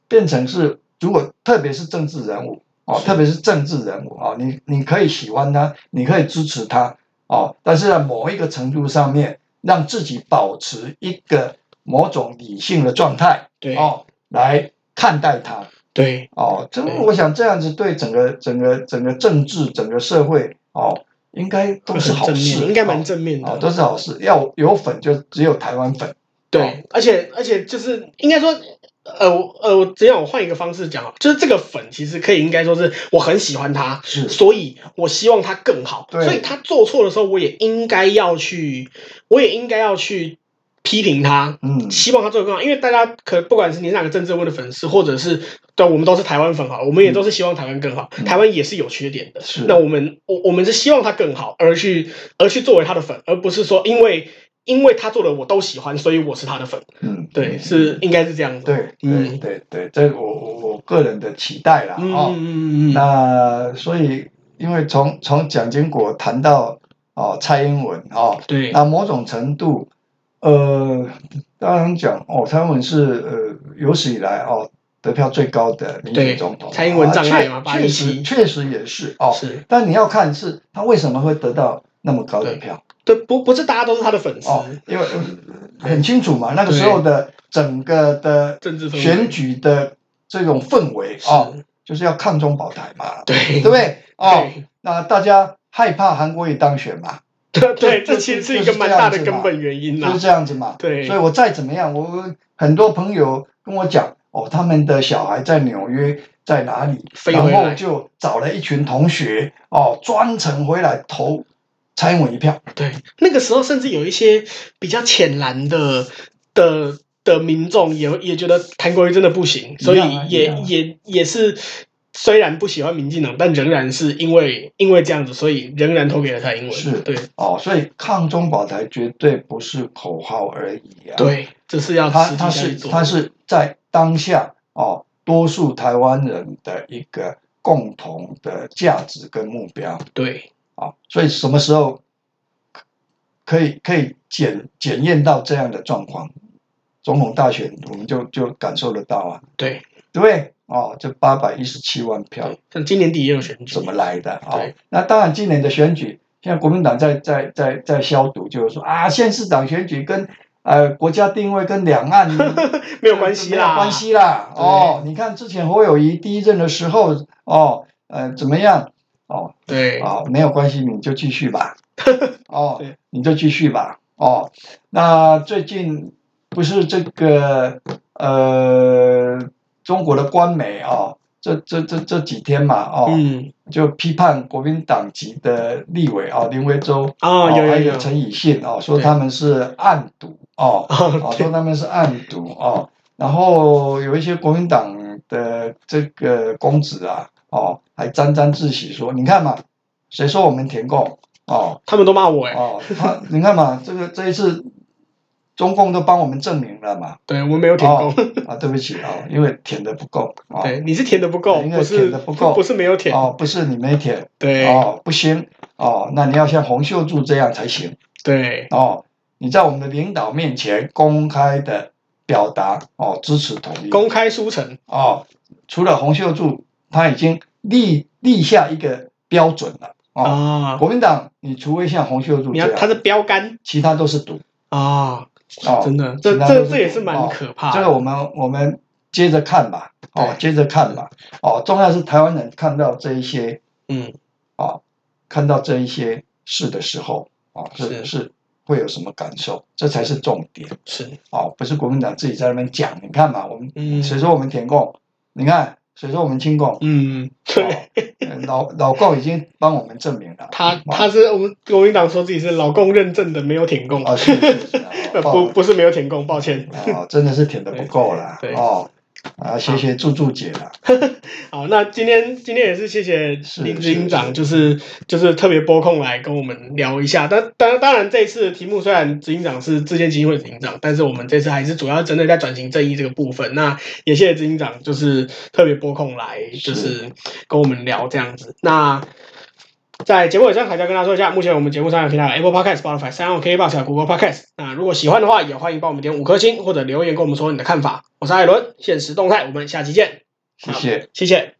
Speaker 2: 变成是如果特别是政治人物哦，
Speaker 1: 是
Speaker 2: 特别是政治人物哦，你你可以喜欢他，你可以支持他哦，但是在某一个程度上面，让自己保持一个某种理性的状态
Speaker 1: 对，
Speaker 2: 哦，来看待他。
Speaker 1: 对，
Speaker 2: 哦，这
Speaker 1: 对
Speaker 2: 我想这样子对整个整个整个政治、整个社会哦，应该都是
Speaker 1: 很
Speaker 2: 好
Speaker 1: 正面，
Speaker 2: 事，
Speaker 1: 应该蛮正面的。
Speaker 2: 哦，哦都是好事。要有粉就只有台湾粉，
Speaker 1: 对，而且而且就是应该说，呃，我呃，我只想我换一个方式讲啊，就是这个粉其实可以应该说是我很喜欢他，
Speaker 2: 是
Speaker 1: 所以我希望他更好，
Speaker 2: 对
Speaker 1: 所以他做错的时候，我也应该要去，我也应该要去批评他。
Speaker 2: 嗯，
Speaker 1: 希望他做得更好，因为大家可不管是你是哪个政治问的粉丝，或者是对，我们都是台湾粉好了，我们也都是希望台湾更好，
Speaker 2: 嗯
Speaker 1: 台湾也是有缺点的，
Speaker 2: 是
Speaker 1: 那我们我我们是希望他更好，而去而去作为他的粉，而不是说因为因为他做的我都喜欢，所以我是他的粉。
Speaker 2: 嗯，
Speaker 1: 对，
Speaker 2: 嗯
Speaker 1: 是，应该是这样子。
Speaker 2: 对，对
Speaker 1: 嗯
Speaker 2: 对对，这我我我个人的期待啦，
Speaker 1: 嗯，
Speaker 2: 哦，
Speaker 1: 嗯嗯嗯嗯，
Speaker 2: 那所以因为从从蒋经国谈到哦蔡英文哦，
Speaker 1: 对，
Speaker 2: 那某种程度，呃，当然讲哦，蔡英文是呃有史以来哦得票最高的民
Speaker 1: 对
Speaker 2: 选总统，
Speaker 1: 蔡英文障碍嘛
Speaker 2: 啊
Speaker 1: 八
Speaker 2: 确确
Speaker 1: 一
Speaker 2: 实
Speaker 1: 七
Speaker 2: 确实也是哦，
Speaker 1: 是，
Speaker 2: 但你要看是他为什么会得到那么高的
Speaker 1: 对
Speaker 2: 票
Speaker 1: 对，不不是大家都是他的粉丝，
Speaker 2: 哦，因为呃很清楚嘛，那个时候的整个的
Speaker 1: 政治氛围
Speaker 2: 选举的这种氛围
Speaker 1: 是
Speaker 2: 哦，，就是要抗中保台嘛，
Speaker 1: 对
Speaker 2: 对不对？哦，
Speaker 1: 对
Speaker 2: 那大家害怕韩国瑜当选嘛，
Speaker 1: 对 对，
Speaker 2: 就
Speaker 1: 这
Speaker 2: 就
Speaker 1: 其实
Speaker 2: 就是
Speaker 1: 一
Speaker 2: 这
Speaker 1: 个蛮
Speaker 2: 样
Speaker 1: 大的
Speaker 2: 子嘛
Speaker 1: 根本原因
Speaker 2: 就是
Speaker 1: 啦。
Speaker 2: 这样子
Speaker 1: 嗯
Speaker 2: 嘛。
Speaker 1: 对
Speaker 2: 所以我再怎么样，我很多朋友跟我讲，哦，他们的小孩在纽约在哪里，
Speaker 1: 飞
Speaker 2: 然
Speaker 1: 回
Speaker 2: 后
Speaker 1: 来，
Speaker 2: 就找了一群同学，哦，专程回来投蔡英文一票。
Speaker 1: 对，那个时候甚至有一些比较浅蓝的的的民众也也觉得韩国瑜真的不行，所以
Speaker 2: 一样啊一
Speaker 1: 也、
Speaker 2: 样啊
Speaker 1: 也也是虽然不喜欢民进党，但仍然是因为因为这样子，所以仍然投给了蔡英文。
Speaker 2: 是
Speaker 1: 对
Speaker 2: 哦，所以抗中保台绝对不是口号而已啊。，
Speaker 1: 对，这是要
Speaker 2: 他
Speaker 1: 实
Speaker 2: 他
Speaker 1: 际下
Speaker 2: 是
Speaker 1: 去做的。
Speaker 2: 他是在当下哦，多数台湾人的一个共同的价值跟目标。
Speaker 1: 对
Speaker 2: 啊、所以什么时候可可以可以检检验到这样的状况？总统大选我们就就感受得到啊，
Speaker 1: 对
Speaker 2: 对不对？哦，这八百一十七万票
Speaker 1: 对，像今年底也有选举
Speaker 2: 怎，么来的啊、哦
Speaker 1: 对？
Speaker 2: 那当然，今年的选举，现在国民党在在在在消毒，就是说啊，县市长选举跟呃国家定位跟两岸
Speaker 1: 没有关系
Speaker 2: 没
Speaker 1: 啦，
Speaker 2: 有关系啦。
Speaker 1: 对
Speaker 2: 哦，你看之前侯友谊第一任的时候，哦，呃，怎么样？哦，
Speaker 1: 对
Speaker 2: 哦，没有关系，你就继 续吧。哦
Speaker 1: 对，
Speaker 2: 你就继续吧。哦，那最近不是这个呃中国的官媒啊、这这这这几天嘛哦，
Speaker 1: 嗯
Speaker 2: 就批判国民党籍的立委啊、林维洲。
Speaker 1: 啊，有
Speaker 2: 哦还
Speaker 1: 有
Speaker 2: 有
Speaker 1: 有，
Speaker 2: 陈以信哦，说
Speaker 1: 对
Speaker 2: 他们是暗赌哦，哦，
Speaker 1: 对
Speaker 2: 说他们是暗赌哦，然后有一些国民党的这个公子啊，哦，还沾沾自喜说，你看嘛，谁说我们填共哦
Speaker 1: 他们都骂我哎，
Speaker 2: 哦，他你看嘛，这个这一次中共都帮我们证明了嘛，
Speaker 1: 对我没有填
Speaker 2: 哦
Speaker 1: 够，
Speaker 2: 啊，对不起哦，因为填的不够哦，
Speaker 1: 对，你是填的不够，
Speaker 2: 因为
Speaker 1: 不是
Speaker 2: 填得不够
Speaker 1: 不是没有填，
Speaker 2: 哦，不是你没填
Speaker 1: 对
Speaker 2: 哦，不行哦，那你要像洪秀柱这样才行。
Speaker 1: 对
Speaker 2: 哦，你在我们的领导面前公开的表达哦支持统一
Speaker 1: 公开书城，
Speaker 2: 哦，除了洪秀柱，他已经立立下一个标准了哦。
Speaker 1: 啊，
Speaker 2: 国民党，你除非像洪秀柱
Speaker 1: 你
Speaker 2: 这
Speaker 1: 要
Speaker 2: 样，
Speaker 1: 他是标杆
Speaker 2: 其他都是赌
Speaker 1: 啊，
Speaker 2: 啊哦。
Speaker 1: 真的，这
Speaker 2: 其他都
Speaker 1: 这
Speaker 2: 是
Speaker 1: 这也是蛮
Speaker 2: 哦
Speaker 1: 可怕
Speaker 2: 这个
Speaker 1: 的，
Speaker 2: 我们我们接着看吧，哦
Speaker 1: 对，
Speaker 2: 接着看吧，哦，重要是台湾人看到这一些
Speaker 1: 嗯，
Speaker 2: 啊，看到这一些事的时候啊，是
Speaker 1: 是
Speaker 2: 是会有什么感受？这才是重点
Speaker 1: 是，
Speaker 2: 啊，不是国民党自己在那边讲。你看嘛，我们
Speaker 1: 嗯
Speaker 2: 谁说我们填共？你看谁说我们亲共？
Speaker 1: 嗯，对。
Speaker 2: 哦呃老老共已经帮我们证明了，
Speaker 1: 他
Speaker 2: 啊
Speaker 1: 他是我们国民党说自己是老共认证的没有舔共，
Speaker 2: 啊是是是啊
Speaker 1: 呃
Speaker 2: 抱
Speaker 1: 不不是没有舔共，抱歉。
Speaker 2: 啊，真的是填的不够啦
Speaker 1: 对对
Speaker 2: 哦。啊，谢谢祝祝姐啦，
Speaker 1: 好，那今天今天也是谢谢
Speaker 2: 是
Speaker 1: 林
Speaker 2: 是
Speaker 1: 执行长，
Speaker 2: 是
Speaker 1: 就是就是特别拨空来跟我们聊一下。但当当然这一次的题目虽然执行长是自建基金会执行长，但是我们这次还是主要针对在转型正义这个部分。那也谢谢执行长，就是特别拨空来，就是跟我们聊这样子。那在节目尾声，还是要跟大家说一下，目前我们节目上有平台有 Apple Podcast、Spotify、三六 K Box 和 Google Podcast。那如果喜欢的话，也欢迎帮我们点五颗星或者留言跟我们说你的看法。我是艾伦，现实动态，我们下期见。
Speaker 2: 谢谢。
Speaker 1: 谢谢。